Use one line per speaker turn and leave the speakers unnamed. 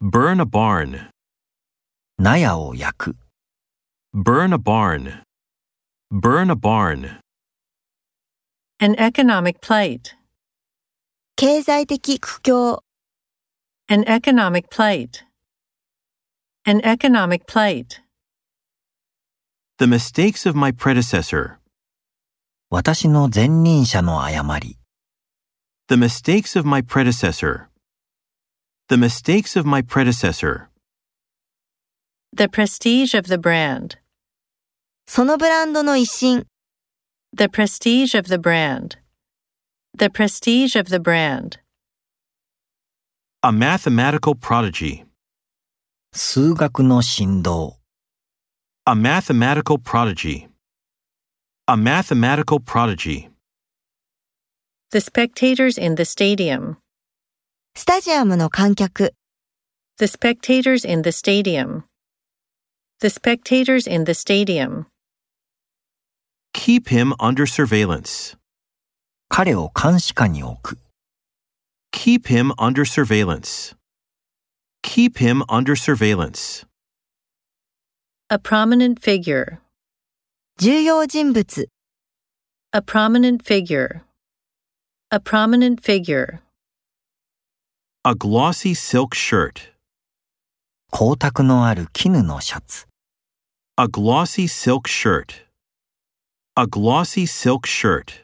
Burn a barn.
納屋を焼く、
Burn a barn. Burn a barn.
An economic plight.
経済的苦境、
An economic plight. An economic plight.
The mistakes of my predecessor.
私の前任者の誤り、
The mistakes of my predecessor. The mistakes of my predecessor.
The prestige of the brand.
そのブランドの一新、
The prestige of the brand. The prestige of the brand.
A mathematical prodigy.
数学の振動、
A mathematical prodigy. A mathematical prodigy.
The spectators in the stadium.
スタジアムの観客、
The spectators in the stadium. The spectators in the stadium.
Keep him under surveillance.
彼を監視下に置く、
Keep him under surveillance. Keep him under surveillance.
A prominent figure.
重要人物、
A prominent figure. A prominent figure.
A glossy silk shirt.
光沢のある絹のシャツ、
A glossy silk shirt. A glossy silk shirt.